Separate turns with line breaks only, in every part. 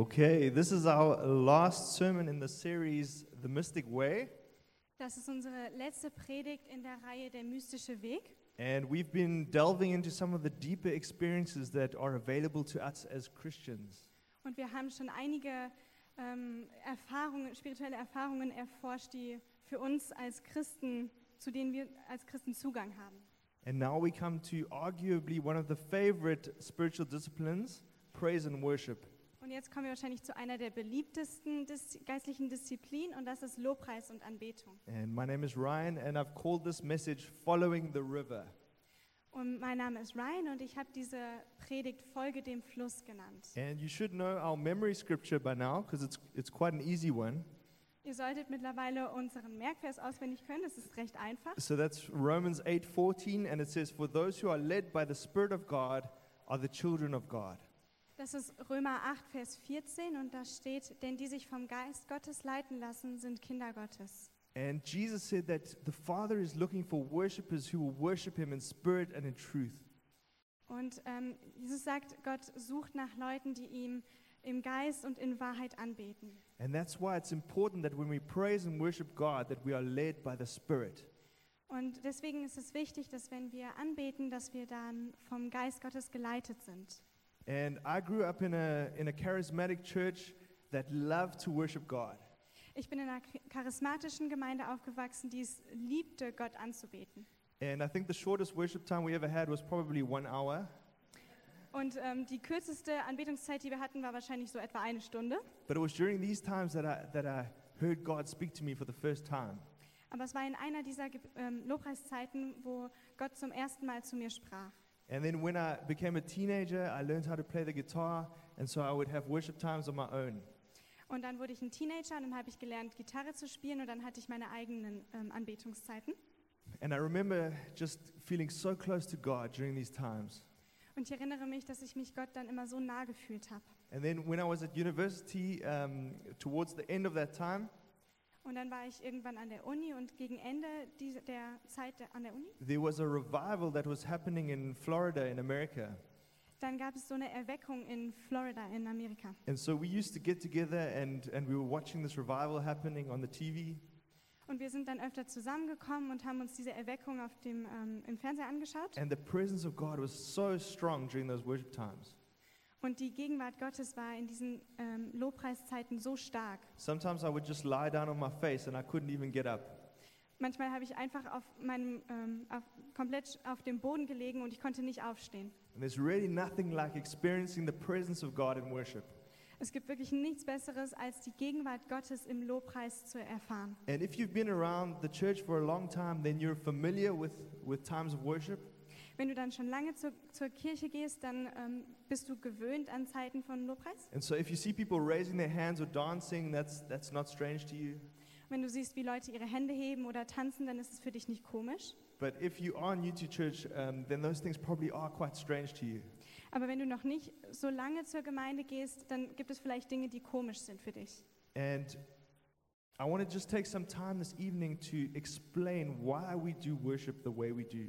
Okay, this is our last sermon in the series, The Mystic Way.
Das ist unsere letzte Predigt in der Reihe Der mystische Weg.
And we've been delving into some of the deeper experiences that are available to us as Christians.
Und wir haben schon einige ähm, Erfahrungen, spirituelle Erfahrungen erforscht, die für uns als Christen, zu denen wir als Christen Zugang haben.
And now we come to arguably one of the favorite spiritual disciplines praise and worship.
Und jetzt kommen wir wahrscheinlich zu einer der beliebtesten dis geistlichen Disziplinen und das ist Lobpreis und Anbetung.
And my name is Ryan, and I've called this message Following the River.
Und mein Name ist Ryan und ich habe diese Predigt Folge dem Fluss genannt.
And you should know our memory scripture by now because it's, it's quite an easy one.
Ihr solltet mittlerweile unseren Merkvers auswendig können, das ist recht einfach.
So that's Romans 8:14 and it says for those who are led by the spirit of God are the children of God.
Das ist Römer 8, Vers 14 und da steht, denn die sich vom Geist Gottes leiten lassen, sind Kinder Gottes.
And Jesus said that the Father is looking for worshipers who will worship him in spirit and in truth.
Und ähm, Jesus sagt, Gott sucht nach Leuten, die ihm im Geist und in Wahrheit anbeten.
And that's why it's important that when we praise and worship God that we are led by the spirit.
Und deswegen ist es wichtig, dass wenn wir anbeten, dass wir dann vom Geist Gottes geleitet sind.
And I grew up in a in a charismatic church that loved to worship God.
Ich bin in einer charismatischen Gemeinde aufgewachsen, die es liebte, Gott anzubeten.
And I think the shortest worship time we ever had was probably 1 hour,
Und ähm, die kürzeste Anbetungszeit, die wir hatten, war wahrscheinlich so etwa eine Stunde.
but it was during these times that I that I heard God speak to me for the first time.
Aber es war in einer dieser Ge- ähm, Lobpreiszeiten, wo Gott zum ersten Mal zu mir sprach.
And then when I became a teenager, I learned how to play the guitar, and so I would have worship times on my own.
Und dann wurde ich ein Teenager und dann habe ich gelernt, Gitarre zu spielen und dann hatte ich meine eigenen ähm, Anbetungszeiten.
And I remember just feeling so close to God during these times.
Und ich erinnere mich, dass ich mich Gott dann immer so nah gefühlt habe.
And then when I was at university, um, towards the end of that time,
Und dann war ich irgendwann an der Uni und gegen Ende diese, der Zeit der, an der Uni,
there was a revival that was happening in Florida, in America.
dann gab es so eine Erweckung in Florida in Amerika.
And so we used to get together and, and we were watching this revival happening on the TV.
Und wir sind dann öfter zusammengekommen und haben uns diese Erweckung auf dem, ähm, im Fernseher angeschaut.
And the presence of God was so strong during those worship times.
Und die Gegenwart Gottes war in diesen ähm, Lobpreiszeiten so stark.
Sometimes I would just lie down on my face and I couldn't even get up.
Manchmal habe ich einfach auf meinem, ähm, auf, komplett auf dem Boden gelegen und ich konnte nicht aufstehen.
And there's really nothing like experiencing the presence of God in worship.
Es gibt wirklich nichts Besseres, als die Gegenwart Gottes im Lobpreis zu erfahren.
And if you've been around the church for a long time, then you're familiar with, with times of worship.
Wenn du dann schon lange zur, zur Kirche gehst, dann ähm, bist du gewöhnt an Zeiten von Lobpreis.
And so if you see people raising their hands or dancing, that's, that's not strange to you.
Wenn du siehst, wie Leute ihre Hände heben oder tanzen, dann ist es für dich nicht komisch.
But if you are new to church, um, then those things probably are quite strange to you.
Aber wenn du noch nicht so lange zur Gemeinde gehst, dann gibt es vielleicht Dinge, die komisch sind für dich.
And I want to just take some time this evening to explain why we do worship the way we do.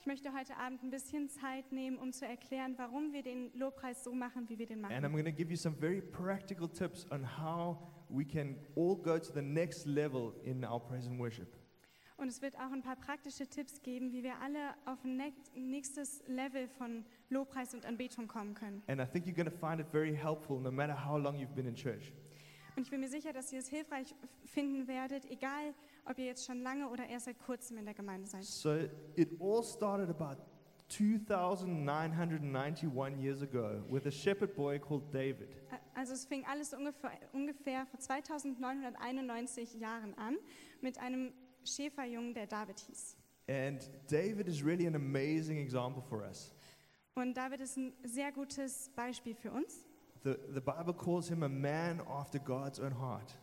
Ich möchte heute Abend ein bisschen Zeit nehmen, um zu erklären, warum wir den Lobpreis so machen, wie wir den machen.
And I'm going to give you some very practical tips on how we can all go to the next level in our praise and worship.
Und es wird auch ein paar praktische Tipps geben, wie wir alle auf ein ne- nächstes Level von Lobpreis und Anbetung kommen können.
And I think you're going to find it very helpful no matter how long you've been in church.
Und ich bin mir sicher, dass ihr es hilfreich f- finden werdet, egal ob ihr jetzt schon lange oder erst seit kurzem in der Gemeinde seid.
So it all started about 2,991 years ago with a shepherd boy called David.
A- Also es fing alles ungefähr, ungefähr vor 2991 Jahren an mit einem Schäferjungen, der David hieß.
And David is really an amazing example for us.
Und David ist ein sehr gutes Beispiel für uns.
The, the Bible calls him a man after God's own heart.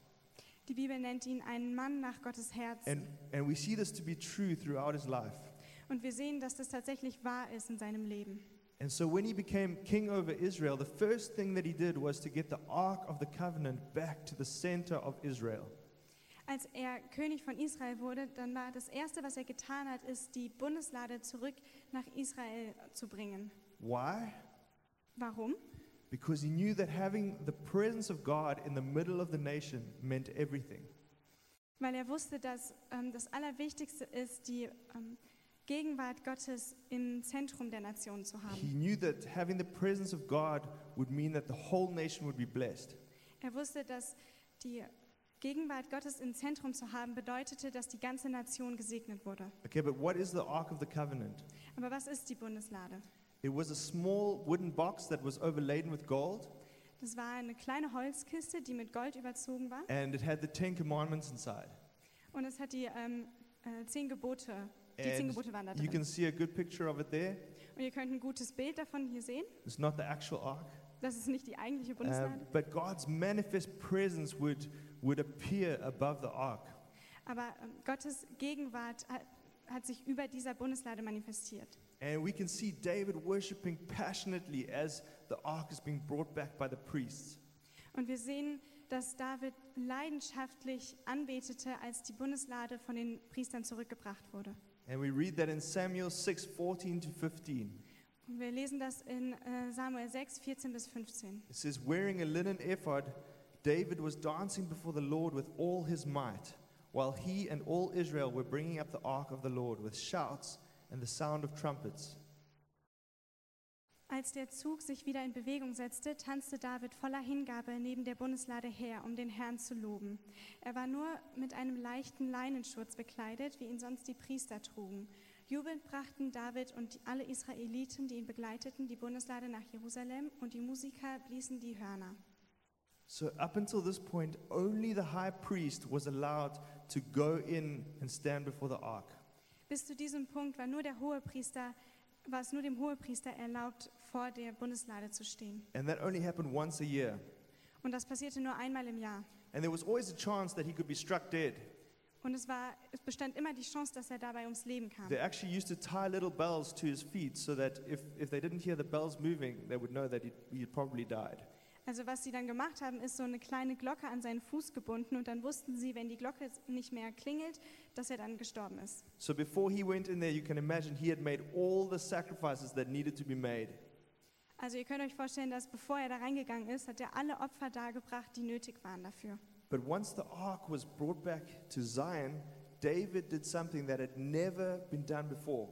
Die Bibel nennt ihn einen Mann nach Gottes Herz.
And, and we see this to be true throughout his life.
Und wir sehen, dass das tatsächlich wahr ist in seinem Leben.
And so when he became king over Israel, the first thing that he did was to get the Ark of the Covenant back to the center of Israel.
Als er König von Israel wurde, dann war das Erste, was er getan hat, ist, die Bundeslade zurück nach Israel zu bringen.
Why?
Warum?
because he knew that having the presence of God in the middle of the nation meant everything.
weil er wusste, dass ähm, das Allerwichtigste ist, die ähm, Gegenwart Gottes im Zentrum der Nation zu
He
haben.
knew that having the presence of God would mean that the whole nation would be blessed.
Er wusste, dass die Gegenwart Gottes im Zentrum zu haben bedeutete, dass die ganze Nation gesegnet wurde.
Okay, but what is the Ark of the Covenant?
Aber was ist die Bundeslade?
It was a small wooden box that was overladen with gold,
Das war eine kleine Holzkiste, die mit Gold überzogen war
and it had the Ten Commandments inside.
und es hat die ähm, äh, zehn Gebote, die zehn
And
Gebote waren da
you
drin.
can see a good picture of it there.
Und ihr könnt ein gutes Bild davon hier sehen.
It's not the actual Ark,
Das ist nicht die eigentliche
um,
Bundeslade,
but God's manifest presence would, would appear above the Ark.
aber ähm, Gottes Gegenwart hat, hat sich über dieser Bundeslade manifestiert.
And we can see David worshiping passionately as the ark is being brought back by the priests.
Und wir sehen, dass David leidenschaftlich anbetete, als die Bundeslade von den Priestern zurückgebracht wurde.
And we read that in Samuel 6 14 to 15.
Und wir lesen das in äh, Samuel 6, 14 bis 15.
It says, Wearing a linen ephod, David was dancing before the Lord with all his might, while he and all Israel were bringing up the ark of the Lord with shouts and the sound of trumpets.
Als der Zug sich wieder in Bewegung setzte, tanzte David voller Hingabe neben der Bundeslade her, um den Herrn zu loben. Er war nur mit einem leichten Leinenschurz bekleidet, wie ihn sonst die Priester trugen. Jubelnd brachten David und die- alle Israeliten, die ihn begleiteten, die Bundeslade nach Jerusalem und die Musiker bliesen die Hörner.
So, up until this point, only the high priest was allowed to go in and stand before the ark.
Bis zu diesem Punkt war nur der Hohepriester, war es nur dem Hohepriester erlaubt, vor der Bundeslade zu stehen.
And that only happened once a year.
Und das passierte nur einmal im Jahr.
And there was always a chance that he could be struck dead.
Und es, war, es bestand immer die Chance, dass er dabei ums Leben kam.
They actually used to tie little bells to his feet so that if, if they didn't hear the bells moving, they would know that he'd, he'd probably died.
Also was sie dann gemacht haben, ist so eine kleine Glocke an seinen Fuß gebunden und dann wussten sie, wenn die Glocke nicht mehr klingelt, dass er dann gestorben ist.
So before he went in there, you can imagine he had made all the sacrifices that needed to be made.
Also ihr könnt euch vorstellen, dass bevor er da reingegangen ist, hat er alle Opfer dargebracht, die nötig waren dafür.
But once the ark was brought back to Zion, David did something that had never been done before.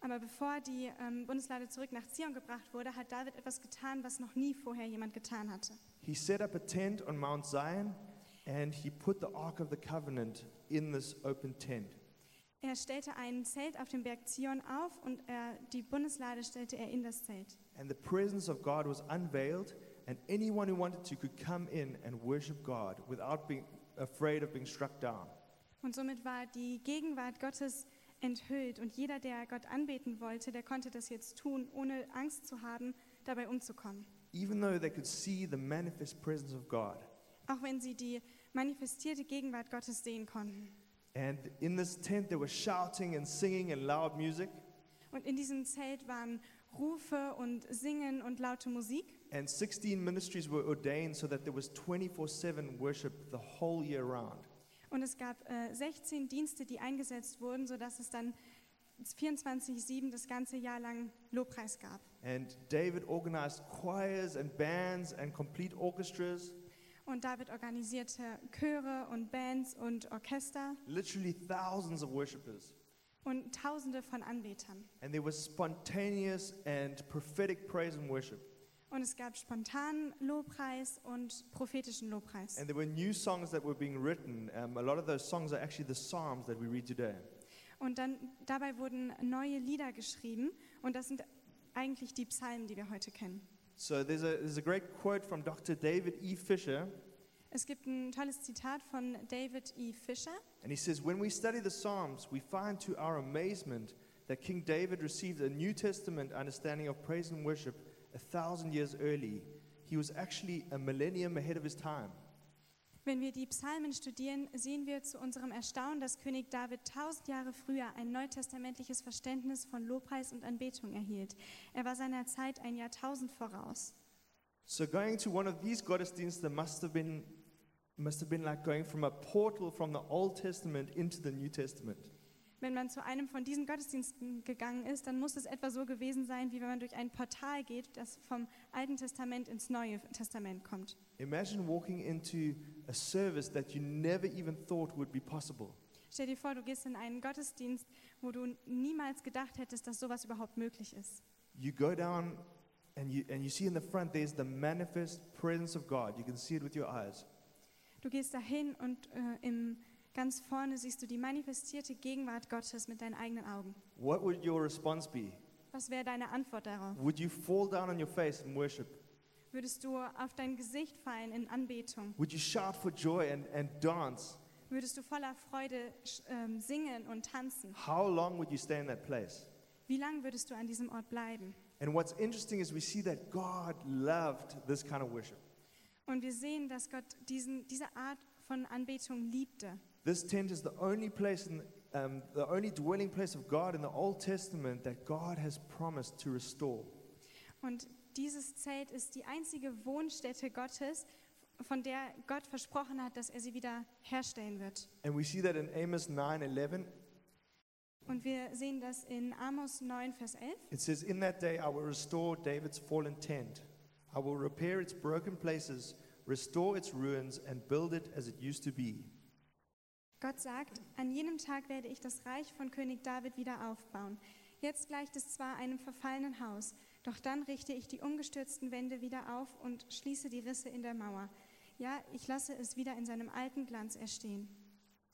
Aber bevor die ähm, Bundeslade zurück nach Zion gebracht wurde, hat David etwas getan, was noch nie vorher jemand getan hatte.
He set up a tent on Mount Zion and he put the ark of the covenant in this open tent.
Er stellte ein Zelt auf dem Berg Zion auf und er, die Bundeslade stellte er in das Zelt.
And the presence of God was unveiled, and anyone who wanted to could come in and worship God without being afraid of being struck down.
Und somit war die Gegenwart Gottes enthüllt und jeder, der Gott anbeten wollte, der konnte das jetzt tun, ohne Angst zu haben, dabei umzukommen.
Even though they could see the manifest presence of God.
Auch wenn sie die manifestierte Gegenwart Gottes sehen konnten.
And in this tent, there was shouting and singing and loud music.
Und in diesem Zelt waren Rufe und Singen und laute Musik.
And 16 ministries were ordained so that there was 24 7 worship the whole year round.
Und es gab äh, 16 Dienste, die eingesetzt wurden, sodass es dann 24-7 das ganze Jahr lang Lobpreis gab.
And David organized choirs and bands and complete orchestras.
Und David organisierte Chöre und Bands und Orchester
Literally thousands of worshipers.
und Tausende von Anbetern.
And there was spontaneous and prophetic praise and worship.
Und es gab spontanen Lobpreis und prophetischen Lobpreis.
And there were new songs that were being written. Um, a lot of those songs are actually the Psalms that we read today.
Und dann dabei wurden neue Lieder geschrieben und das sind eigentlich die Psalmen, die wir heute kennen.
So there's a, there's a great quote from Dr. David E. Fisher.
Es gibt ein tolles Zitat von David E. Fisher.
And he says, When we study the Psalms, we find to our amazement that King David received a New Testament understanding of praise and worship a thousand years early. He was actually a millennium ahead of his time.
Wenn wir die Psalmen studieren, sehen wir zu unserem Erstaunen, dass König David tausend Jahre früher ein neutestamentliches Verständnis von Lobpreis und Anbetung erhielt. Er war seiner Zeit ein Jahrtausend voraus.
So going to one of these Gottesdienste must have been must have been like going from a portal from the Old Testament into the New Testament.
Wenn man zu einem von diesen Gottesdiensten gegangen ist, dann muss es etwa so gewesen sein, wie wenn man durch ein Portal geht, das vom Alten Testament ins Neue Testament kommt.
Imagine walking into a service that you never even thought would be possible.
Stell dir vor, du gehst in einen Gottesdienst, wo du niemals gedacht hättest, dass sowas überhaupt möglich ist.
You go down and you, and you see in the front there's the manifest presence of God. You can see it with your eyes.
Du gehst dahin und äh, im, ganz vorne siehst du die manifestierte Gegenwart Gottes mit deinen eigenen Augen.
What would your response be?
Was wäre deine Antwort darauf?
Would you fall down on your face and worship?
Würdest du auf dein Gesicht fallen in Anbetung?
Would you shout for joy and, and dance?
Würdest du voller Freude sch- ähm, singen und tanzen?
How long would you stay in that place?
Wie lange würdest du an diesem Ort bleiben?
And what's interesting is we see that God loved this kind of worship.
Und wir sehen, dass Gott diesen, diese Art von Anbetung liebte.
This tent is the only place, in, um, the only dwelling place of God in the Old Testament that God has promised to restore.
Und dieses Zelt ist die einzige Wohnstätte Gottes, von der Gott versprochen hat, dass er sie wieder herstellen wird.
And we see that in Amos 9:11.
Und wir sehen das in Amos 9, Vers 11.
It says, "In that day I will restore David's fallen tent. I will repair its broken places, restore its ruins, and build it as it used to be."
Gott sagt, an jenem Tag werde ich das Reich von König David wieder aufbauen. Jetzt gleicht es zwar einem verfallenen Haus, doch dann richte ich die umgestürzten Wände wieder auf und schließe die Risse in der Mauer. Ja, ich lasse es wieder in seinem alten Glanz erstehen.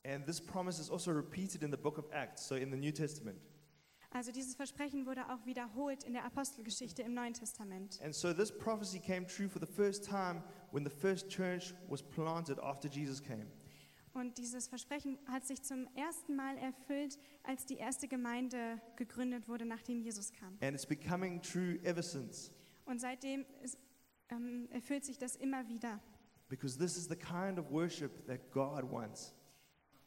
And this promise is also repeated in the book of Acts, so in the New Testament.
Also dieses Versprechen wurde auch wiederholt in der Apostelgeschichte im Neuen Testament.
And so this prophecy came true for the first time when the first church was planted after Jesus came.
Und dieses Versprechen hat sich zum ersten Mal erfüllt, als die erste Gemeinde gegründet wurde, nachdem Jesus kam.
And it's becoming true ever since
Und seitdem ist, ähm, erfüllt sich das immer wieder.
because this is the kind of worship that God wants.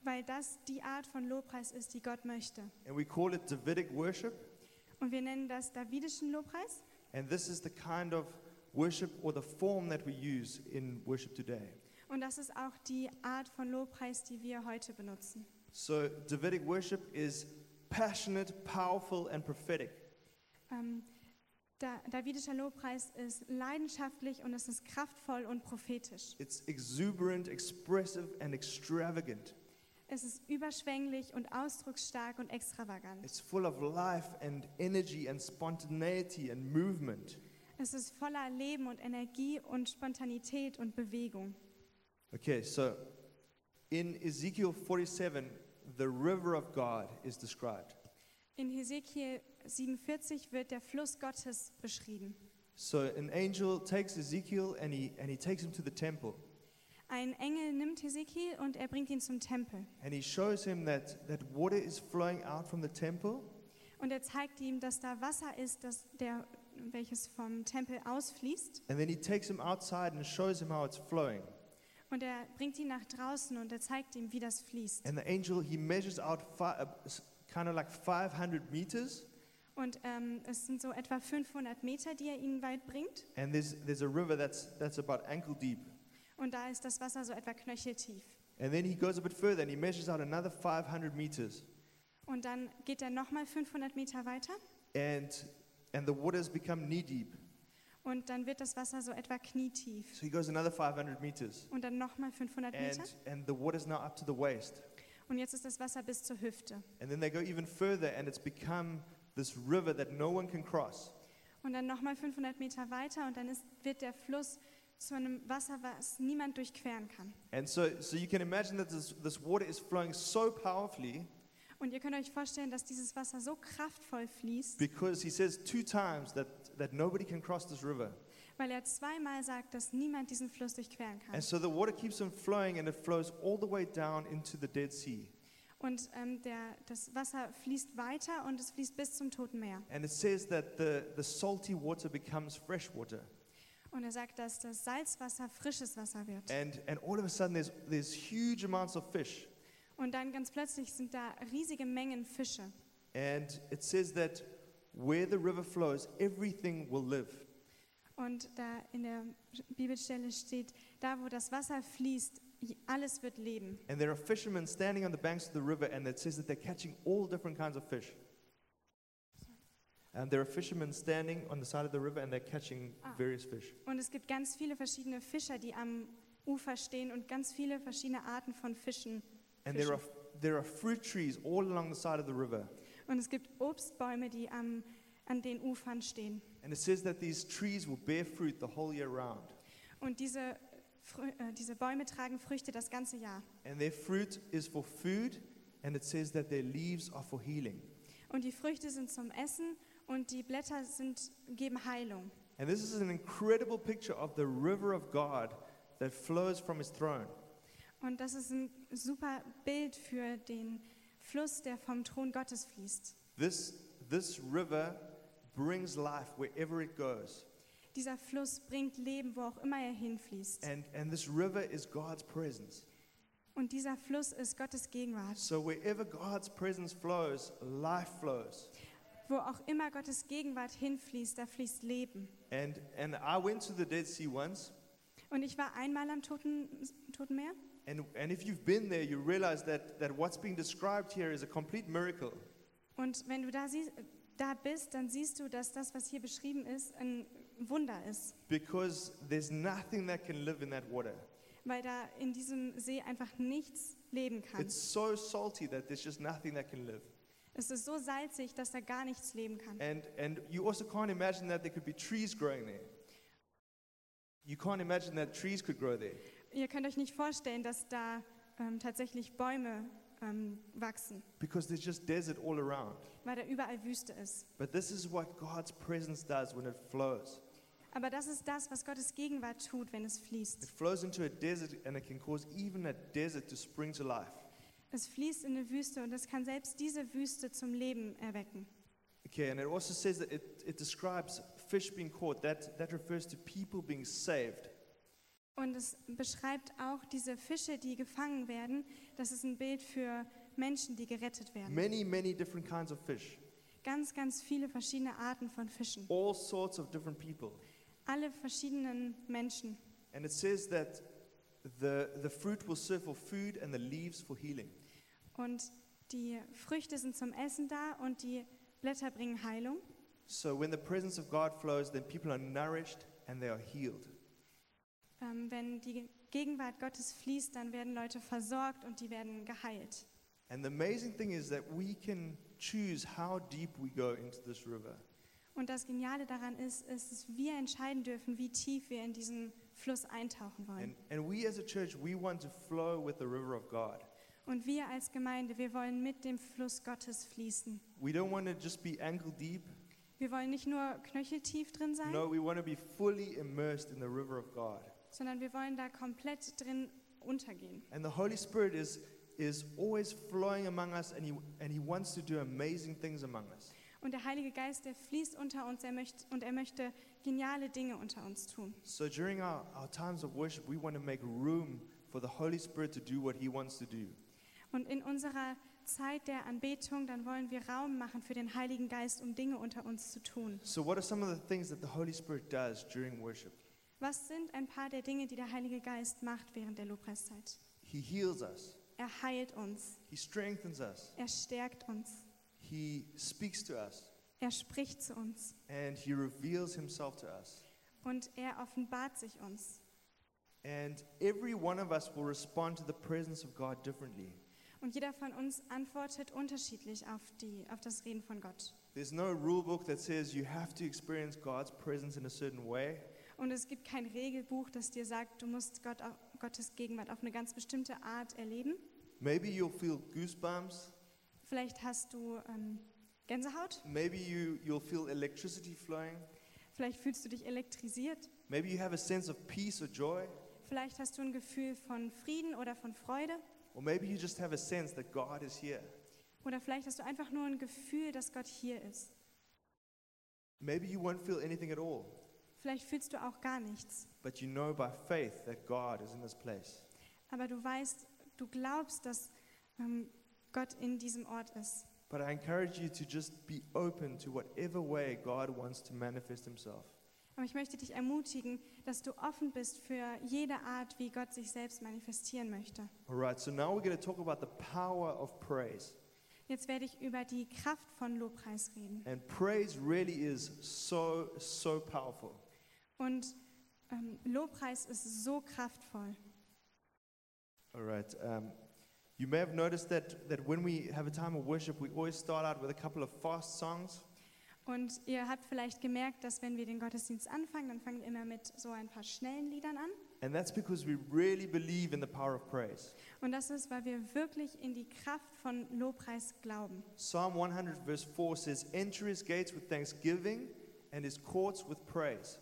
weil das die Art von Lobpreis ist, die Gott möchte.
And we call it Davidic worship.
Und wir nennen das davidischen Lobpreis.
And this is the kind of worship or the form that we use in worship today.
Und das ist auch die Art von Lobpreis, die wir heute benutzen.
So Davidic worship is passionate, powerful, and prophetic.
Ähm, da, davidischer Lobpreis ist leidenschaftlich und es ist kraftvoll und prophetisch.
It's exuberant, expressive, and extravagant.
Es ist überschwänglich und ausdrucksstark und extravagant.
It's full of life and energy and spontaneity and movement.
Es ist voller Leben und Energie und Spontanität und Bewegung.
Okay, so in Ezekiel 47, the river of God is described.
In Hesekiel 47 wird der Fluss Gottes beschrieben.
So an angel takes Ezekiel and he, and he takes him to the temple
Ein Engel nimmt Hesekiel und er bringt ihn zum Tempel.
and he shows him that, that water is flowing out from the temple
Und er zeigt ihm, dass da Wasser ist, das der, welches vom Tempel ausfließt.
and then he takes him outside and shows him how it's flowing.
Und er bringt ihn nach draußen und er zeigt ihm, wie das fließt.
And the angel, he measures out fi- uh, s- kind of like 500 meters
Und ähm, es sind so etwa 500 Meter, die er ihnen weit bringt.
and there's, there's a river that's, that's about ankle deep.
Und da ist das Wasser so etwa knöcheltief.
And then he goes a bit further and he measures out another 500 meters.
Und dann geht er nochmal 500 Meter weiter
And, and the water has become knee deep.
und dann wird das Wasser so etwa knietief.
So he goes another 500 meters.
Und dann nochmal 500
And,
Meter.
and the water's now up to the waist.
Und jetzt ist das Wasser bis zur Hüfte.
And then they go even further and it's become this river that no one can cross.
Und dann nochmal 500 Meter weiter und dann ist, wird der Fluss zu einem Wasser, was niemand durchqueren kann.
And so, so you can imagine that this, this water is flowing so powerfully
Und ihr könnt euch vorstellen, dass dieses Wasser so kraftvoll fließt,
because he says two times that, that nobody can cross this river.
weil er zweimal sagt, dass niemand diesen Fluss durchqueren kann.
And so the water keeps on flowing and it flows all the way down into the Dead Sea.
Und ähm, der, das Wasser fließt weiter und es fließt bis zum Toten Meer.
And it says that the, the salty water becomes fresh water.
Und er sagt, dass das Salzwasser frisches Wasser wird.
And, and all of a sudden, there's, there's huge amounts of fish.
Und dann ganz plötzlich sind da riesige Mengen Fische.
And it says that where the river flows, everything will live.
Und da in der Bibelstelle steht, da wo das Wasser fließt, alles wird leben.
And there are fishermen standing on the banks of the river, and it says that they're catching all different kinds of fish. And there are fishermen standing on the side of the river, and they're catching
Ah.
various fish.
Und es gibt ganz viele verschiedene Fischer, die am Ufer stehen und ganz viele verschiedene Arten von Fischen.
And there are,
Fischen.
there are fruit trees all along the side of the river.
Und es gibt Obstbäume, die am, an den Ufern stehen.
And it says that these trees will bear fruit the whole year round.
Und diese, Frü äh, diese Bäume tragen Früchte das ganze Jahr.
And their fruit is for food, and it says that their leaves are for healing.
Und die Früchte sind zum Essen und die Blätter sind, geben Heilung.
And this is an incredible picture of the river of God that flows from his throne.
Und das ist ein super Bild für den Fluss, der vom Thron Gottes fließt.
This, this river brings life wherever it goes.
Dieser Fluss bringt Leben, wo auch immer er hinfließt.
And, and this river is God's presence.
Und dieser Fluss ist Gottes Gegenwart.
So wherever God's presence flows, life flows.
Wo auch immer Gottes Gegenwart hinfließt, da fließt Leben.
And, and I went to the Dead Sea once,
Und ich war einmal am Toten, Toten Meer.
and, and if you've been there, you realize that, that what's being described here is a complete miracle.
Und wenn du da, sie- da bist, dann siehst du, dass das, was hier beschrieben ist, ein Wunder ist.
Because there's nothing that can live in that water.
Weil da in diesem See einfach nichts leben kann.
It's so salty that there's just nothing that can live.
Es ist so salzig, dass da gar nichts leben kann.
And, and you also can't imagine that there could be trees growing there. You can't imagine that trees could grow there.
Ihr könnt euch nicht vorstellen, dass da ähm, tatsächlich Bäume ähm, wachsen,
because there's just desert all around.
weil da überall Wüste ist.
But this is what God's presence does when it flows.
Aber das ist das, was Gottes Gegenwart tut, wenn es
It
fließt.
flows into a desert and it can cause even a desert to spring to life.
Es fließt in eine Wüste und es kann selbst diese Wüste zum Leben erwecken.
Okay, and it also says that it, it describes fish being caught. That, that refers to people being saved.
Und es beschreibt auch diese Fische, die gefangen werden. Das ist ein Bild für Menschen, die gerettet werden.
Many, many different kinds of fish,
Ganz, ganz viele verschiedene Arten von Fischen.
all sorts of different people.
Alle verschiedenen Menschen.
And it says that the, the fruit will serve for food and the leaves for healing.
Und die Früchte sind zum Essen da und die Blätter bringen Heilung.
So when the presence of God flows, then people are nourished and they are healed.
Ähm, wenn die Gegenwart Gottes fließt, dann werden Leute versorgt und die werden geheilt.
And the amazing thing is that we can choose how deep we go into this river.
Und das Geniale daran ist, ist, dass wir entscheiden dürfen, wie tief wir in diesen Fluss eintauchen wollen.
And, and we as a church, we want to flow with the river of God.
Und wir als Gemeinde, wir wollen mit dem Fluss Gottes fließen.
We don't want to just be ankle deep.
Wir wollen nicht nur knöcheltief drin sein,
No, we want to be fully immersed in the river of God.
sondern wir wollen da komplett drin untergehen.
And the Holy Spirit is, is always flowing among us, and he, and he wants to do amazing things among us.
Und der Heilige Geist, der fließt unter uns er möchte, und er möchte geniale Dinge unter uns tun.
So during our, our times of worship, we want to make room for the Holy Spirit to do what he wants to do.
Und in unserer Zeit der Anbetung, dann wollen wir Raum machen für den Heiligen Geist, um Dinge unter uns zu tun.
So, what are some of the things that the Holy Spirit does during worship?
Was sind ein paar der Dinge, die der Heilige Geist macht während der Lobpreiszeit?
He heals us.
Er heilt uns,
He strengthens us.
er stärkt uns,
He speaks to us
er spricht zu uns
and he reveals himself to us.
und er offenbart sich uns.
And every one of us will respond to the presence of God differently.
Und jeder von uns antwortet unterschiedlich auf, die, auf das Reden von Gott.
There's no rule book that says you have to experience God's presence in a certain way.
Und es gibt kein Regelbuch, das dir sagt, du musst Gott, au- Gottes Gegenwart auf eine ganz bestimmte Art erleben.
Maybe you'll feel goosebumps.
Vielleicht hast du ähm, Gänsehaut,
Maybe you, you'll feel electricity flowing.
vielleicht fühlst du dich elektrisiert,
Maybe you have a sense of peace or joy.
vielleicht hast du ein Gefühl von Frieden oder von Freude
Or maybe you just have a sense that God is here.
oder vielleicht hast du einfach nur ein Gefühl, dass Gott hier ist.
Maybe you won't feel anything at all,
Vielleicht fühlst du auch gar nichts,
but you know by faith that God is in this place.
aber du weißt, du glaubst, dass ähm, Gott in diesem Ort ist.
But I encourage you to just be open to whatever way God wants to manifest Himself.
Aber ich möchte dich ermutigen, dass du offen bist für jede Art, wie Gott sich selbst manifestieren möchte.
All right, so now we're going to talk about the power of praise.
Jetzt werde ich über die Kraft von Lobpreis reden.
And praise really is so, so powerful.
Und ähm, Lobpreis ist so kraftvoll.
All right. Um, you may have noticed that, that when we have a time of worship, we always start out with a couple of fast songs.
Und ihr habt vielleicht gemerkt, dass wenn wir den Gottesdienst anfangen, dann fangen wir immer mit so ein paar schnellen Liedern an.
And that's because we really believe in the power of praise.
Und das ist, weil wir wirklich in die Kraft von Lobpreis glauben.
Psalm 100, verse 4 says, Enter his gates with thanksgiving and his courts with praise.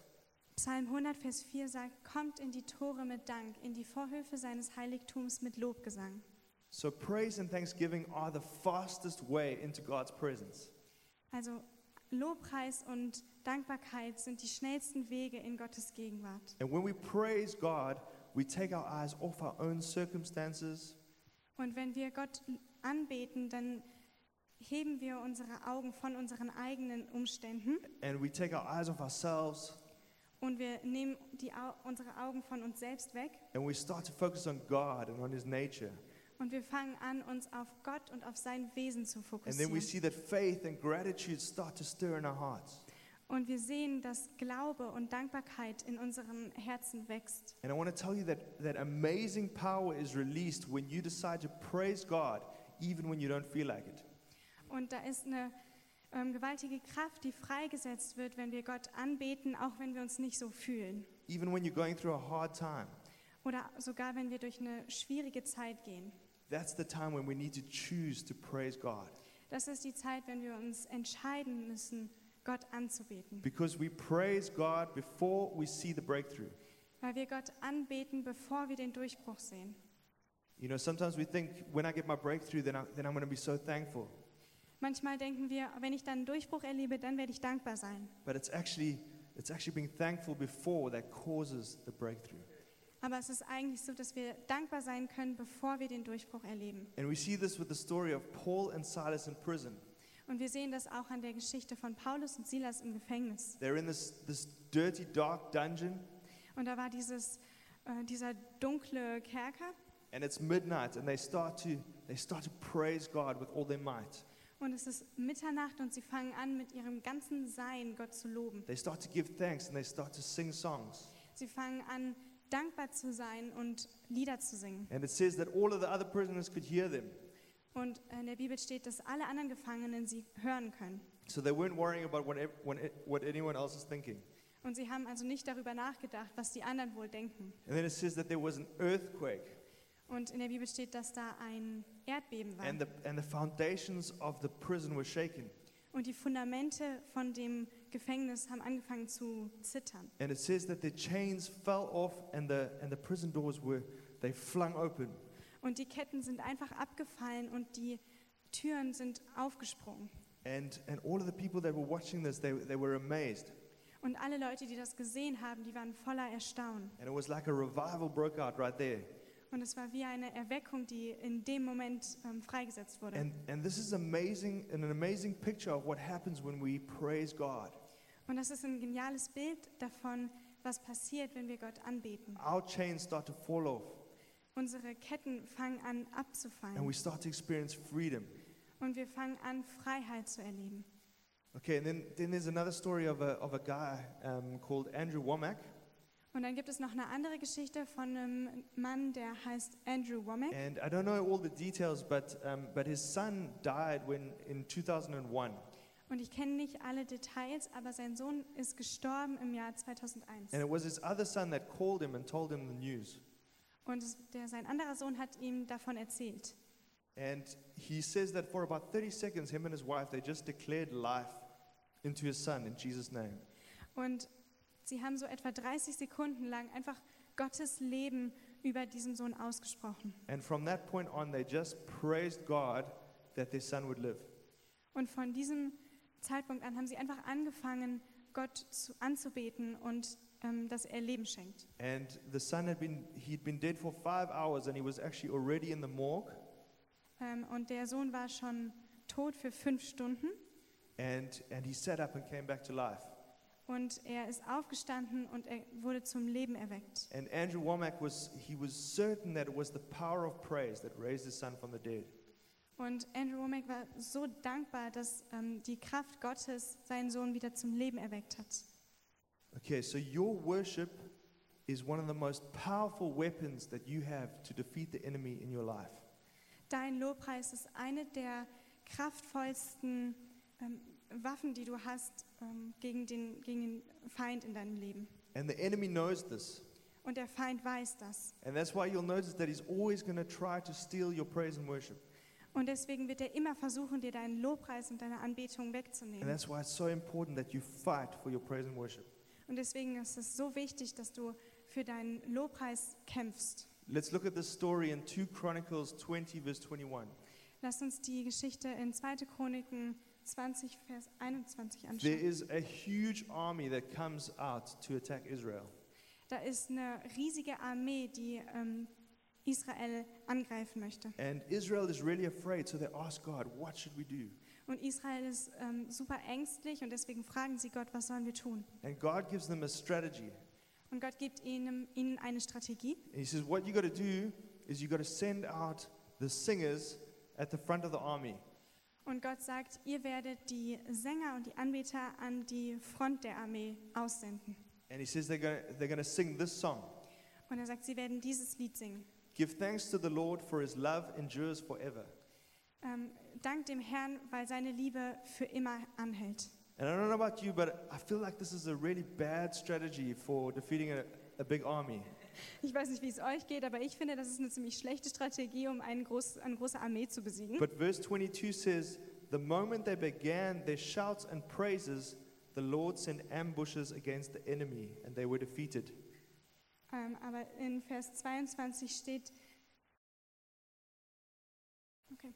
Psalm 100, Vers 4 sagt, kommt in die Tore mit Dank, in die Vorhöfe seines Heiligtums mit Lobgesang.
So, praise and thanksgiving are the fastest way into God's presence.
Also Lobpreis und Dankbarkeit sind die schnellsten Wege in Gottes Gegenwart.
And when we praise God, we take our eyes off our own circumstances
Und wenn wir Gott anbeten, dann heben wir unsere Augen von unseren eigenen Umständen
and we take our eyes off ourselves
und wir nehmen die, Au- unsere Augen von uns selbst weg
and we start to focus on God and on his nature.
und wir fangen an, uns auf Gott und auf sein Wesen zu
And then we
fokussieren.
see that faith and gratitude start to stir in our hearts.
Und wir sehen, dass Glaube und Dankbarkeit in unserem Herzen wächst.
And I want to tell you that, that amazing power is released when you decide to praise God, even when you don't feel like it.
Und da ist eine ähm, gewaltige Kraft, die freigesetzt wird, wenn wir Gott anbeten, auch wenn wir uns nicht so fühlen.
Even when you're going through a hard time,
Oder sogar wenn wir durch eine schwierige Zeit gehen.
that's the time when we need to choose to praise God.
Das ist die Zeit, wenn wir uns entscheiden müssen, Gott anzubeten.
Because we praise God before we see the breakthrough.
Weil wir Gott anbeten, bevor wir den Durchbruch sehen.
You know, sometimes we think when I get my breakthrough, then, I, then I'm going to be so thankful.
Manchmal denken wir, wenn ich dann einen Durchbruch erlebe, dann werde ich dankbar sein.
But it's actually, it's actually being thankful before that causes the breakthrough.
Aber es ist eigentlich so, dass wir dankbar sein können, bevor wir den Durchbruch erleben.
And we see this with the story of Paul and Silas in prison.
Und wir sehen das auch an der Geschichte von Paulus und Silas im Gefängnis.
They're in this, this dirty, dark dungeon,
Und da war dieses, äh, dieser dunkle Kerker
and it's midnight, and they start, to, they start to praise God with all their might.
und es ist Mitternacht und sie fangen an, mit ihrem ganzen Sein Gott zu loben.
They start to give thanks, and they start to sing songs.
Sie fangen an, dankbar zu sein und Lieder zu singen.
And it says that all of the other prisoners could hear them.
Und in der Bibel steht, dass alle anderen Gefangenen sie hören können.
So they weren't worrying about what, ev- what, e- what anyone else is thinking.
Und sie haben also nicht darüber nachgedacht, was die anderen wohl denken.
And then it says that there was an earthquake,
Und in der Bibel steht, dass da ein Erdbeben war.
and the, and the foundations of the prison were shaken.
Und die Fundamente von dem Gefängnis haben angefangen zu zittern.
And it says that the chains fell off, and the, and the prison doors were, they flung open.
Und die Ketten sind einfach abgefallen und die Türen sind aufgesprungen.
And, and all of the people that were watching this, they, they were amazed.
Und alle Leute, die das gesehen haben, die waren voller Erstaunen.
And it was like a revival broke out right there.
Und es war wie eine Erweckung, die in dem Moment ähm, freigesetzt wurde.
And, and this is amazing, an amazing picture of what happens when we praise God.
Und das ist ein geniales Bild davon, was passiert, wenn wir Gott anbeten.
Our chains start to fall off,
Unsere Ketten fangen an
and
abzufallen
we start to experience freedom.
und wir fangen an, Freiheit zu erleben.
Okay, and then, then there's another story of a, of a guy um, called Andrew Womack.
Und dann gibt es noch eine andere Geschichte von einem Mann, der heißt Andrew Womack.
And I don't know all the details, but, um, but his son died when, in 2001.
Und ich kenne nicht alle Details, aber sein Sohn ist gestorben im Jahr 2001.
And it was his other son that called him and told him the news.
Und es- der, sein anderer Sohn hat ihm davon erzählt.
And he says that for about 30 seconds, him and his wife, they just declared life into his son in Jesus' name.
Und sie haben so etwa 30 Sekunden lang einfach Gottes Leben über diesen Sohn ausgesprochen.
And from that point on, they just praised God that their son would live.
Und von diesem Zeitpunkt an haben sie einfach angefangen, Gott zu, anzubeten und ähm, dass er Leben schenkt.
And the son had been, he'd been dead for five hours and he was actually already in the morgue.
Ähm, und der Sohn war schon tot für fünf Stunden
And, and he sat up and came back to life.
Und er ist aufgestanden und er wurde zum Leben erweckt.
And Andrew Womack was he was certain that it was the power of praise that raised his son from the dead.
Und Andrew Womack war so dankbar, dass ähm, die Kraft Gottes seinen Sohn wieder zum Leben erweckt hat.
Okay, so your worship is one of the most powerful weapons that you have to defeat the enemy in your life.
Dein Lobpreis ist eine der kraftvollsten ähm, Waffen, die du hast ähm, gegen, den, gegen den Feind in deinem Leben.
And the enemy knows this.
Und der Feind weiß das.
And that's why you'll notice that he's always going to try to steal your praise and worship.
Und deswegen wird er immer versuchen, dir deinen Lobpreis und deine Anbetung
And
wegzunehmen.
that's why it's so important that you fight for your praise and worship.
Und deswegen ist es so wichtig, dass du für deinen Lobpreis kämpfst.
Let's look at this story in 2 Chronicles 20, verse 21.
Lass uns die Geschichte in 2. Chroniken 20, Vers 21
There
anschauen.
is a huge army that comes out to attack Israel.
Da ist eine riesige Armee, die ähm, Israel angreifen möchte.
And Israel is really afraid, so they ask God, What should we do?
Und Israel ist ähm, super ängstlich und deswegen fragen sie Gott, was sollen wir tun?
And God gives them a strategy.
Und Gott gibt ihnen, ihnen eine Strategie.
And He says, What you got to do is you got to send out the singers at the front of the army.
Und Gott sagt, ihr werdet die Sänger und die Anbeter an die Front der Armee aussenden.
And He says, They're going to they're gonna sing this song
Und er sagt, sie werden dieses Lied singen.
Give thanks to the Lord, for His love endures forever.
Ähm, dank dem Herrn, weil seine Liebe für immer anhält.
And I don't know about you, but I feel like this is a really bad strategy for defeating a, a big army.
Ich weiß nicht, wie es euch geht, aber ich finde, das ist eine ziemlich schlechte Strategie, um einen groß, eine große Armee zu besiegen.
But verse 22 says, The moment they began their shouts and praises, the Lord sent ambushes against the enemy, and they were defeated.
Ähm, aber in Vers 22 steht, okay.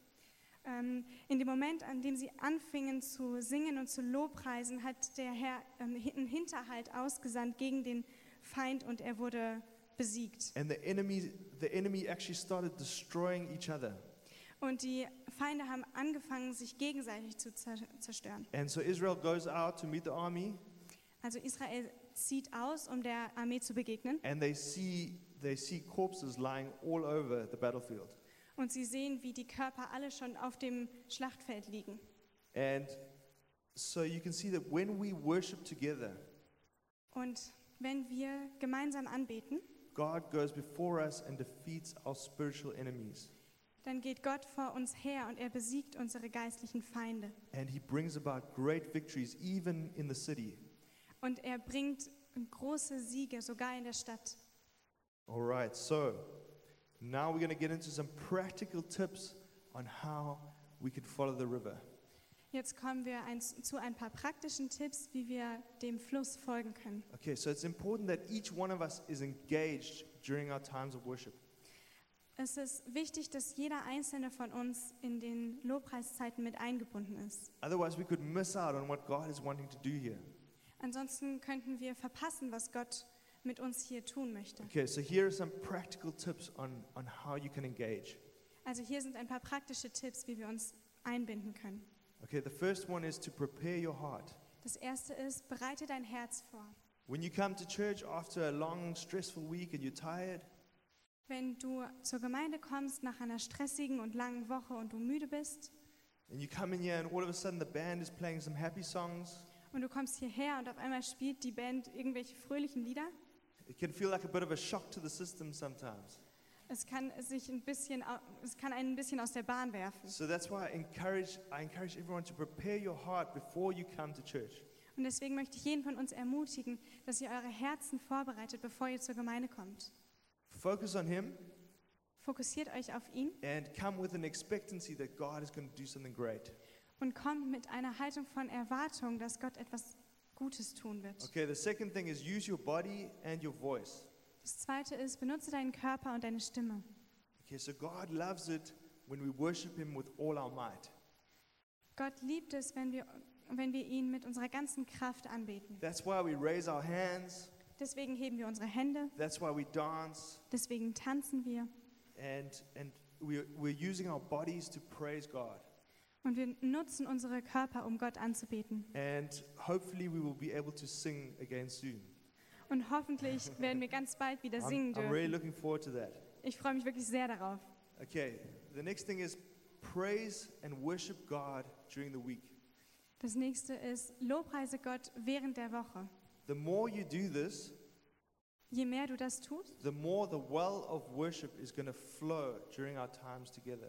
ähm, in dem Moment, an dem sie anfingen zu singen und zu Lobpreisen, hat der Herr ähm, hin- einen Hinterhalt ausgesandt gegen den Feind und er wurde besiegt.
And the enemy, the enemy actually started destroying each other.
Und die Feinde haben angefangen, sich gegenseitig zu zer zerstören.
And so Israel goes out to meet the army,
Also Israel zieht aus, um der Armee zu begegnen.
and they see, they see corpses lying all over the battlefield.
Und sie sehen, wie die Körper alle schon auf dem Schlachtfeld liegen.
And so you can see that when we worship together,
Und wenn wir gemeinsam anbeten,
God goes before us and defeats our spiritual enemies,
dann geht Gott vor uns her und er besiegt unsere geistlichen Feinde.
and He brings about great victories, even in the city.
Und er bringt große Siege, sogar in der Stadt.
All right, so now we're going to get into some practical tips on how we could follow the river.
Jetzt kommen wir ein, zu ein paar praktischen Tipps, wie wir dem Fluss folgen können.
Okay, so it's important that each one of us is engaged during our times of worship.
Es ist wichtig, dass jeder einzelne von uns in den Lobpreiszeiten mit eingebunden ist.
Otherwise, we could miss out on what God is wanting to do here.
Ansonsten könnten wir verpassen, was Gott mit uns hier tun möchte.
Okay, so here are some practical tips on, on how you can engage.
Also hier sind ein paar praktische Tipps, wie wir uns einbinden können.
Okay, the first one is to prepare your heart.
Das erste ist, bereite dein Herz vor.
When you come to church after a long, stressful week and you're tired,
Wenn du zur Gemeinde kommst nach einer stressigen und langen Woche und du müde bist
and you come in here and all of a sudden the band is playing some happy songs,
und du kommst hierher und auf einmal spielt die Band irgendwelche fröhlichen Lieder,
it can feel like a bit of a shock to the system sometimes.
es kann sich ein bisschen, au- es kann einen ein bisschen aus der Bahn werfen.
So that's why I encourage, I encourage everyone to prepare your heart before you come to church.
Und deswegen möchte ich jeden von uns ermutigen, dass ihr eure Herzen vorbereitet, bevor ihr zur Gemeinde kommt.
Focus on Him
Fokussiert euch auf ihn
and come with an expectancy that God is going to do something great.
und kommt mit einer Haltung von Erwartung, dass Gott etwas Gutes tun wird.
Okay, the second thing is use your body and your voice.
Das zweite ist, benutze deinen Körper und deine Stimme.
Okay, so God loves it when we worship Him with all our might.
Gott liebt es, wenn wir, wenn wir ihn mit unserer ganzen Kraft anbeten.
That's why we raise our hands,
Deswegen heben wir unsere Hände,
that's why we dance,
deswegen tanzen wir
and, and we're, we're using our bodies to praise God.
Und wir nutzen unsere Körper, um Gott anzubeten.
And hopefully, we will be able to sing again soon.
Und hoffentlich werden wir ganz bald wieder singen
I'm, I'm really
dürfen.
looking forward to that.
Ich freue mich wirklich sehr darauf.
Okay, the next thing is praise and worship God during the week.
Das nächste ist, Lobpreise Gott während der Woche.
The more you do this,
Je mehr du das tust,
the more the well of worship is going to flow during our times together.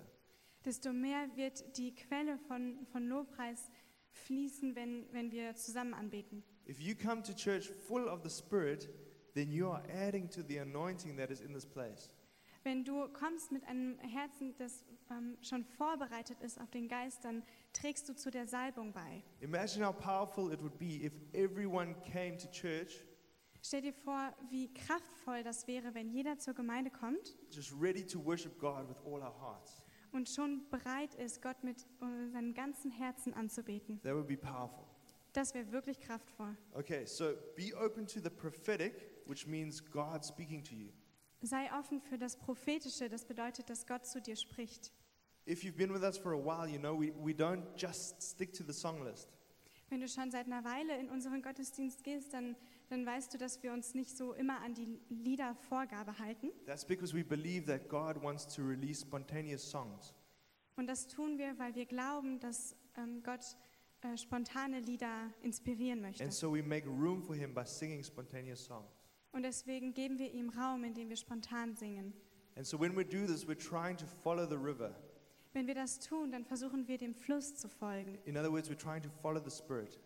desto mehr wird die Quelle von, von Lobpreis fließen, wenn, wenn wir zusammen anbeten.
If you come to church full of the Spirit, then you are adding to the anointing that is in this place.
Wenn du kommst mit einem Herzen, das ähm, schon vorbereitet ist auf den Geist, dann trägst du zu der Salbung bei.
Imagine how powerful it would be if everyone came to church
Stell dir vor, wie kraftvoll das wäre, wenn jeder zur Gemeinde kommt
just ready to worship God with all our hearts.
und schon bereit ist, Gott mit äh, seinem ganzen Herzen anzubeten.
That would be powerful.
Das wäre wirklich kraftvoll.
Okay, so be open to the prophetic, which means God speaking to you.
Sei offen für das Prophetische, das bedeutet, dass Gott zu dir spricht.
If you've been with us for a while, you know we, we don't just stick to the song list.
Wenn du schon seit einer Weile in unseren Gottesdienst gehst, dann, dann weißt du, dass wir uns nicht so immer an die Liedervorgabe halten.
That's because we believe that God wants to release spontaneous songs.
Und das tun wir, weil wir glauben, dass ähm, Gott äh, spontane Lieder inspirieren möchte.
And so we make room for Him by singing spontaneous songs.
Und deswegen geben wir ihm Raum, indem wir spontan singen.
And so when we do this, we're trying to follow the river.
Wenn wir das tun, dann versuchen wir dem Fluss zu folgen.
In other words, we're trying to follow the Spirit.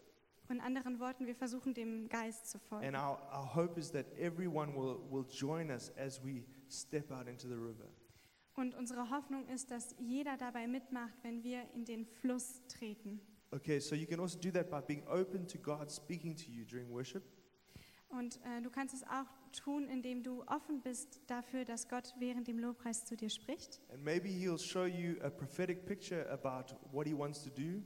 In anderen Worten, wir versuchen dem Geist zu
And
folgen.
our, our hope is that everyone will, will join us as we step out into the river.
Und unsere Hoffnung ist, dass jeder dabei mitmacht, wenn wir in den Fluss treten.
Okay, so you can also do that by being open to God speaking to you during worship.
Und äh, du kannst es auch tun, indem du offen bist dafür, dass Gott während dem Lobpreis zu dir spricht.
And maybe He'll show you a prophetic picture about what He wants to do.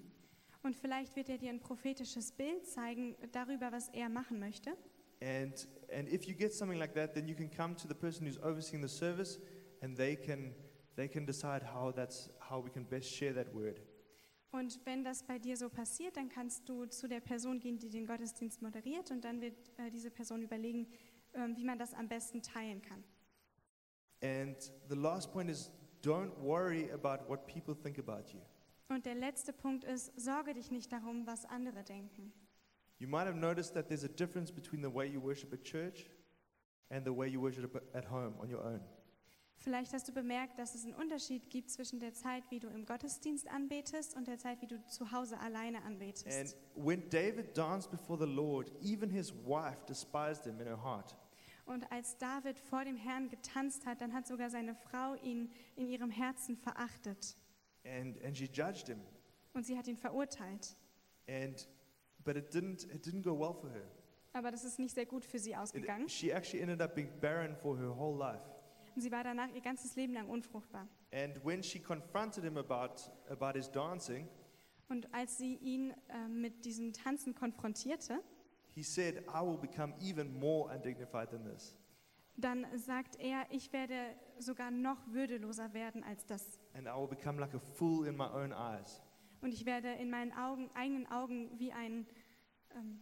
Und vielleicht wird er dir ein prophetisches Bild zeigen darüber, was er machen möchte.
And, and if you get something like that, then you can come to the person who's overseeing the service and they can, they can decide how, that's, how we can best share that word.
Und wenn das bei dir so passiert, dann kannst du zu der Person gehen, die den Gottesdienst moderiert. Und dann wird äh, diese Person überlegen, ähm, wie man das am besten teilen kann.
And the last point is don't worry about what people think about you.
Und der letzte Punkt ist, sorge dich nicht darum, was andere denken.
You might have noticed that there's a difference between the way you worship at church and the way you worship at home on your own.
Vielleicht hast du bemerkt, dass es einen Unterschied gibt zwischen der Zeit, wie du im Gottesdienst anbetest und der Zeit, wie du zu Hause alleine
And
anbetest.
when David danced before the Lord, even his wife despised him in her heart.
Und als David vor dem Herrn getanzt hat, dann hat sogar seine Frau ihn in ihrem Herzen verachtet
And, and she judged him.
und sie hat ihn verurteilt.
And, but it didn't, it didn't go well for her.
Aber das ist nicht sehr gut für sie
It-
ausgegangen.
she actually ended up being barren for her whole life.
Und sie war danach ihr ganzes Leben lang unfruchtbar.
And when she confronted him about, about his dancing,
Und als sie ihn äh, mit diesem Tanzen konfrontierte,
he said, I will become even more undignified than this.
dann sagt er, ich werde sogar noch würdeloser werden als das.
And I will become like a fool in my own eyes.
Und ich werde in meinen Augen, eigenen Augen wie ein, ähm,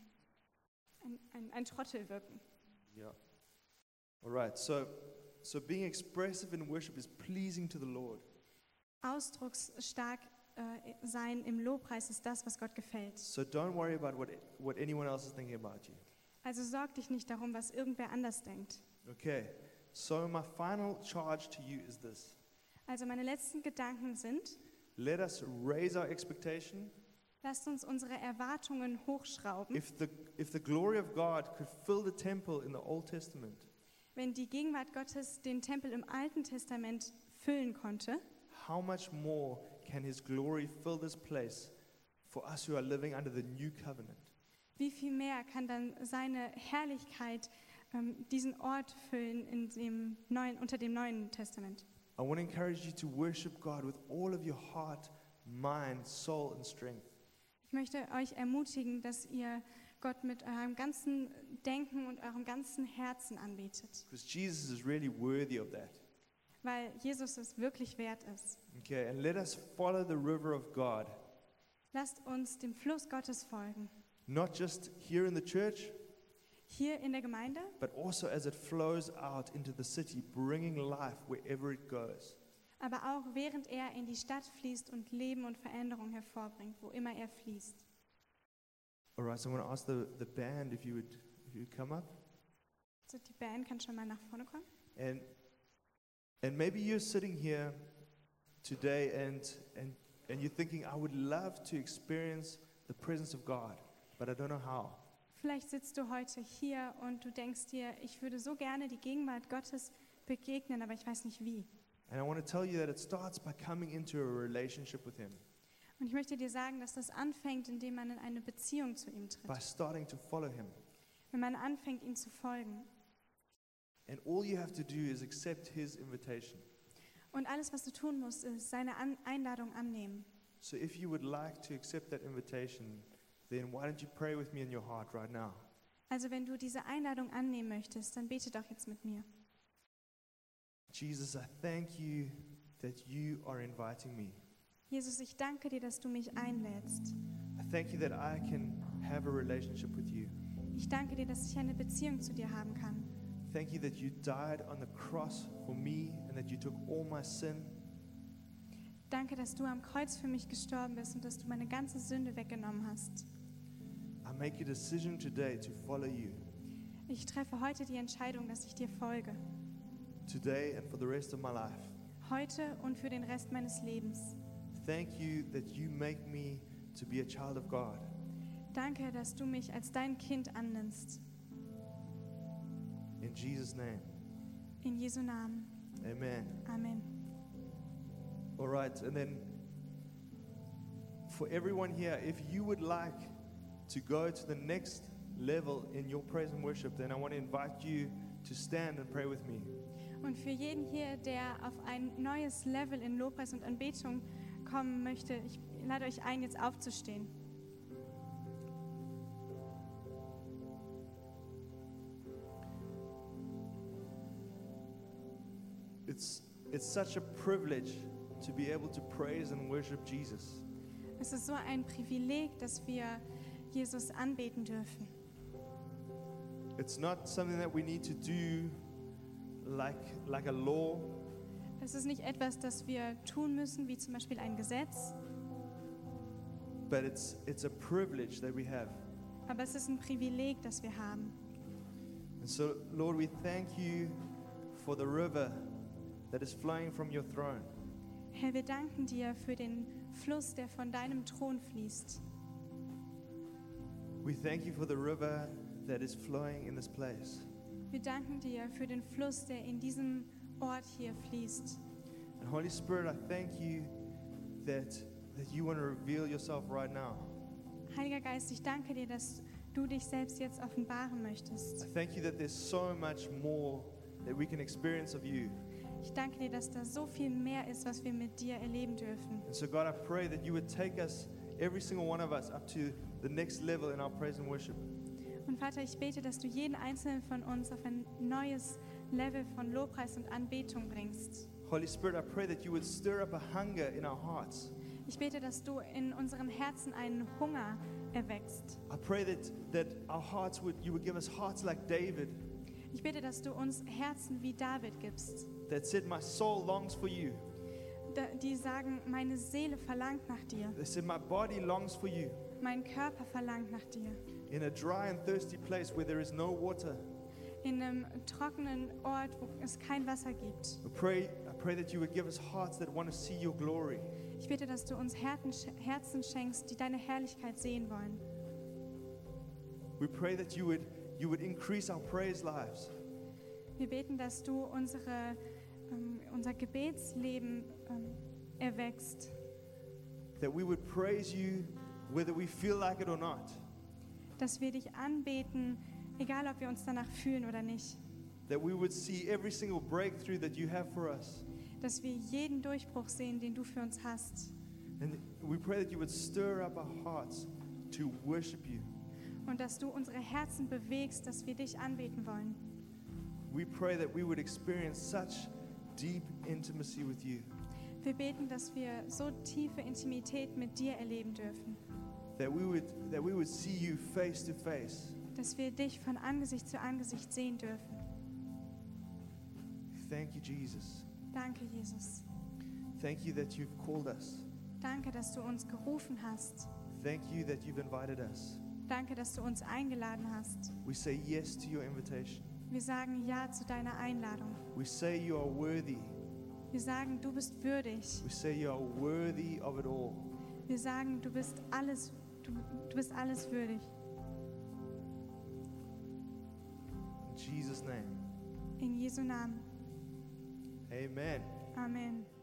ein, ein, ein Trottel wirken.
Yeah. All right. So, so being expressive in worship is pleasing to the Lord.
Ausdrucksstark äh, sein im Lobpreis ist das, was Gott gefällt.
So don't worry about what, what anyone else is thinking about you.
Also sorg dich nicht darum, was irgendwer anders denkt.
Okay. So my final charge to you is this.
Also meine letzten Gedanken sind,
Let us raise our expectation.
lasst uns unsere Erwartungen hochschrauben.
If the, if the glory of God could fill the temple in the Old Testament,
Wenn die Gegenwart Gottes den Tempel im Alten Testament füllen konnte,
how much more can his glory fill this place for us who are living under the new covenant?
wie viel mehr kann dann seine Herrlichkeit ähm, diesen Ort füllen in dem neuen, unter dem Neuen Testament?
I want to encourage you to worship God with all of your heart, mind, soul, and strength.
Ich möchte euch ermutigen, dass ihr Gott mit eurem ganzen Denken und eurem ganzen Herzen anbetet,
Because Jesus is really worthy of that.
weil Jesus es wirklich wert ist.
Okay, and let us follow the river of God
Lasst uns dem Fluss Gottes folgen.
not just here in the church,
Hier in der Gemeinde,
but also as it flows out into the city, bringing life wherever it goes.
aber auch während er in die Stadt fließt und Leben und Veränderung hervorbringt, wo immer er fließt.
All right, so I'm going to ask the, the band if you would if you would come up.
Also die Band kann schon mal nach vorne kommen.
And, and maybe you're sitting here today and, and, and you're thinking, I would love to experience the presence of God, but I don't know how.
Vielleicht sitzt du heute hier und du denkst dir, ich würde so gerne die Gegenwart Gottes begegnen, aber ich weiß nicht wie.
And I want to tell you that it starts by coming into a relationship with Him,
Und ich möchte dir sagen, dass das anfängt, indem man in eine Beziehung zu ihm
by
tritt.
starting to follow Him.
Wenn man anfängt, ihm zu folgen.
And all you have to do is accept His invitation.
Und alles, was du tun musst, ist seine An Einladung annehmen.
So if you would like to accept that invitation, then why don't you pray with me in your heart right now?
Also wenn du diese Einladung annehmen möchtest, dann bete doch jetzt mit mir.
Jesus, I thank you that you are inviting me.
Jesus, ich danke dir, dass du mich einlädst.
I thank you that I can have a relationship with you.
Ich danke dir, dass ich eine Beziehung zu dir haben kann.
Thank you that you died on the cross for me and that you took all my sin.
Danke, dass du am Kreuz für mich gestorben bist und dass du meine ganze Sünde weggenommen hast.
I make a decision today to follow you,
Ich treffe heute die Entscheidung, dass ich dir folge.
today and for the rest of my life.
Heute und für den Rest meines Lebens.
Thank you that you make me to be a child of God.
Danke, dass du mich als dein Kind annimmst.
In Jesus' name,
In Jesu Namen.
amen.
Amen.
All right, and then for everyone here, if you would like to go to the next level in your praise and worship, then I want to invite you to stand and pray with me.
Und für jeden hier, der auf ein neues Level in Lobpreis und Anbetung kommen möchte, ich lade euch ein, jetzt aufzustehen.
It's it's such a privilege to be able to praise and worship Jesus.
Es ist so ein Privileg, dass wir Jesus anbeten dürfen.
It's not something that we need to do like like a law,
Es ist nicht etwas, das wir tun müssen, wie zum Beispiel ein Gesetz,
but it's it's a privilege that we have.
aber es ist ein Privileg, das wir haben.
And so Lord, we thank you for the river that is flowing from your throne.
Herr, wir danken dir für den Fluss, der von deinem Thron fließt.
We thank you for the river that is flowing in this place.
Wir danken dir für den Fluss, der in diesem Ort hier fließt.
And Holy Spirit, I thank you that, that you want to reveal yourself right now.
Heiliger Geist, ich danke dir, dass du dich selbst jetzt offenbaren
I
möchtest.
thank you that there's so much more that we can experience of you.
Ich danke dir, dass da so viel mehr ist, was wir mit dir erleben dürfen.
And so, God, I pray that you would take us, every single one of us, up to the next level in our praise and worship.
Und Vater, ich bete, dass du jeden einzelnen von uns auf ein neues Level von Lobpreis und Anbetung bringst.
Holy Spirit, I pray that you would stir up a hunger in our hearts.
Ich bete, dass du in unseren Herzen einen Hunger erweckst.
I pray that, that our hearts would, you would give us hearts like David
Ich bete, dass du uns Herzen wie David gibst,
that said, My soul longs for you.
da- die sagen, meine Seele verlangt nach dir,
They said, My body longs for you.
mein Körper verlangt nach dir.
in a dry and thirsty place where there is no water.
In einem trockenen Ort, wo es kein Wasser gibt.
I pray, I pray that you would give us hearts that want to see your glory.
Ich bete, dass du uns Herzen, Herzen schenkst, die deine Herrlichkeit sehen wollen.
We pray that you would, you would increase our praise lives.
Wir beten, dass du unsere, ähm, unser Gebetsleben ähm, erwächst,
That we would praise you whether we feel like it or not.
dass wir dich anbeten, egal ob wir uns danach fühlen oder nicht,
That we would see every single breakthrough that you have for us.
dass wir jeden Durchbruch sehen, den du für uns hast.
And we pray that you would stir up our hearts to worship you.
Und dass du unsere Herzen bewegst, dass wir dich anbeten wollen.
We pray that we would experience such deep intimacy with you.
Wir beten, dass wir so tiefe Intimität mit dir erleben dürfen,
that we would, that we would see you face to face.
dass wir dich von Angesicht zu Angesicht sehen dürfen.
Thank you, Jesus.
Danke, Jesus.
Thank you that you've called us.
Danke, dass du uns gerufen hast.
Thank you that you've invited us.
Danke, dass du uns eingeladen hast.
We say yes to your invitation.
Wir sagen Ja zu deiner Einladung.
We say you are worthy.
Wir sagen, du bist würdig.
We say you are worthy of it all.
Wir sagen, du bist alles, du, du bist alles würdig.
In Jesus' name.
In Jesu Namen.
Amen.
Amen.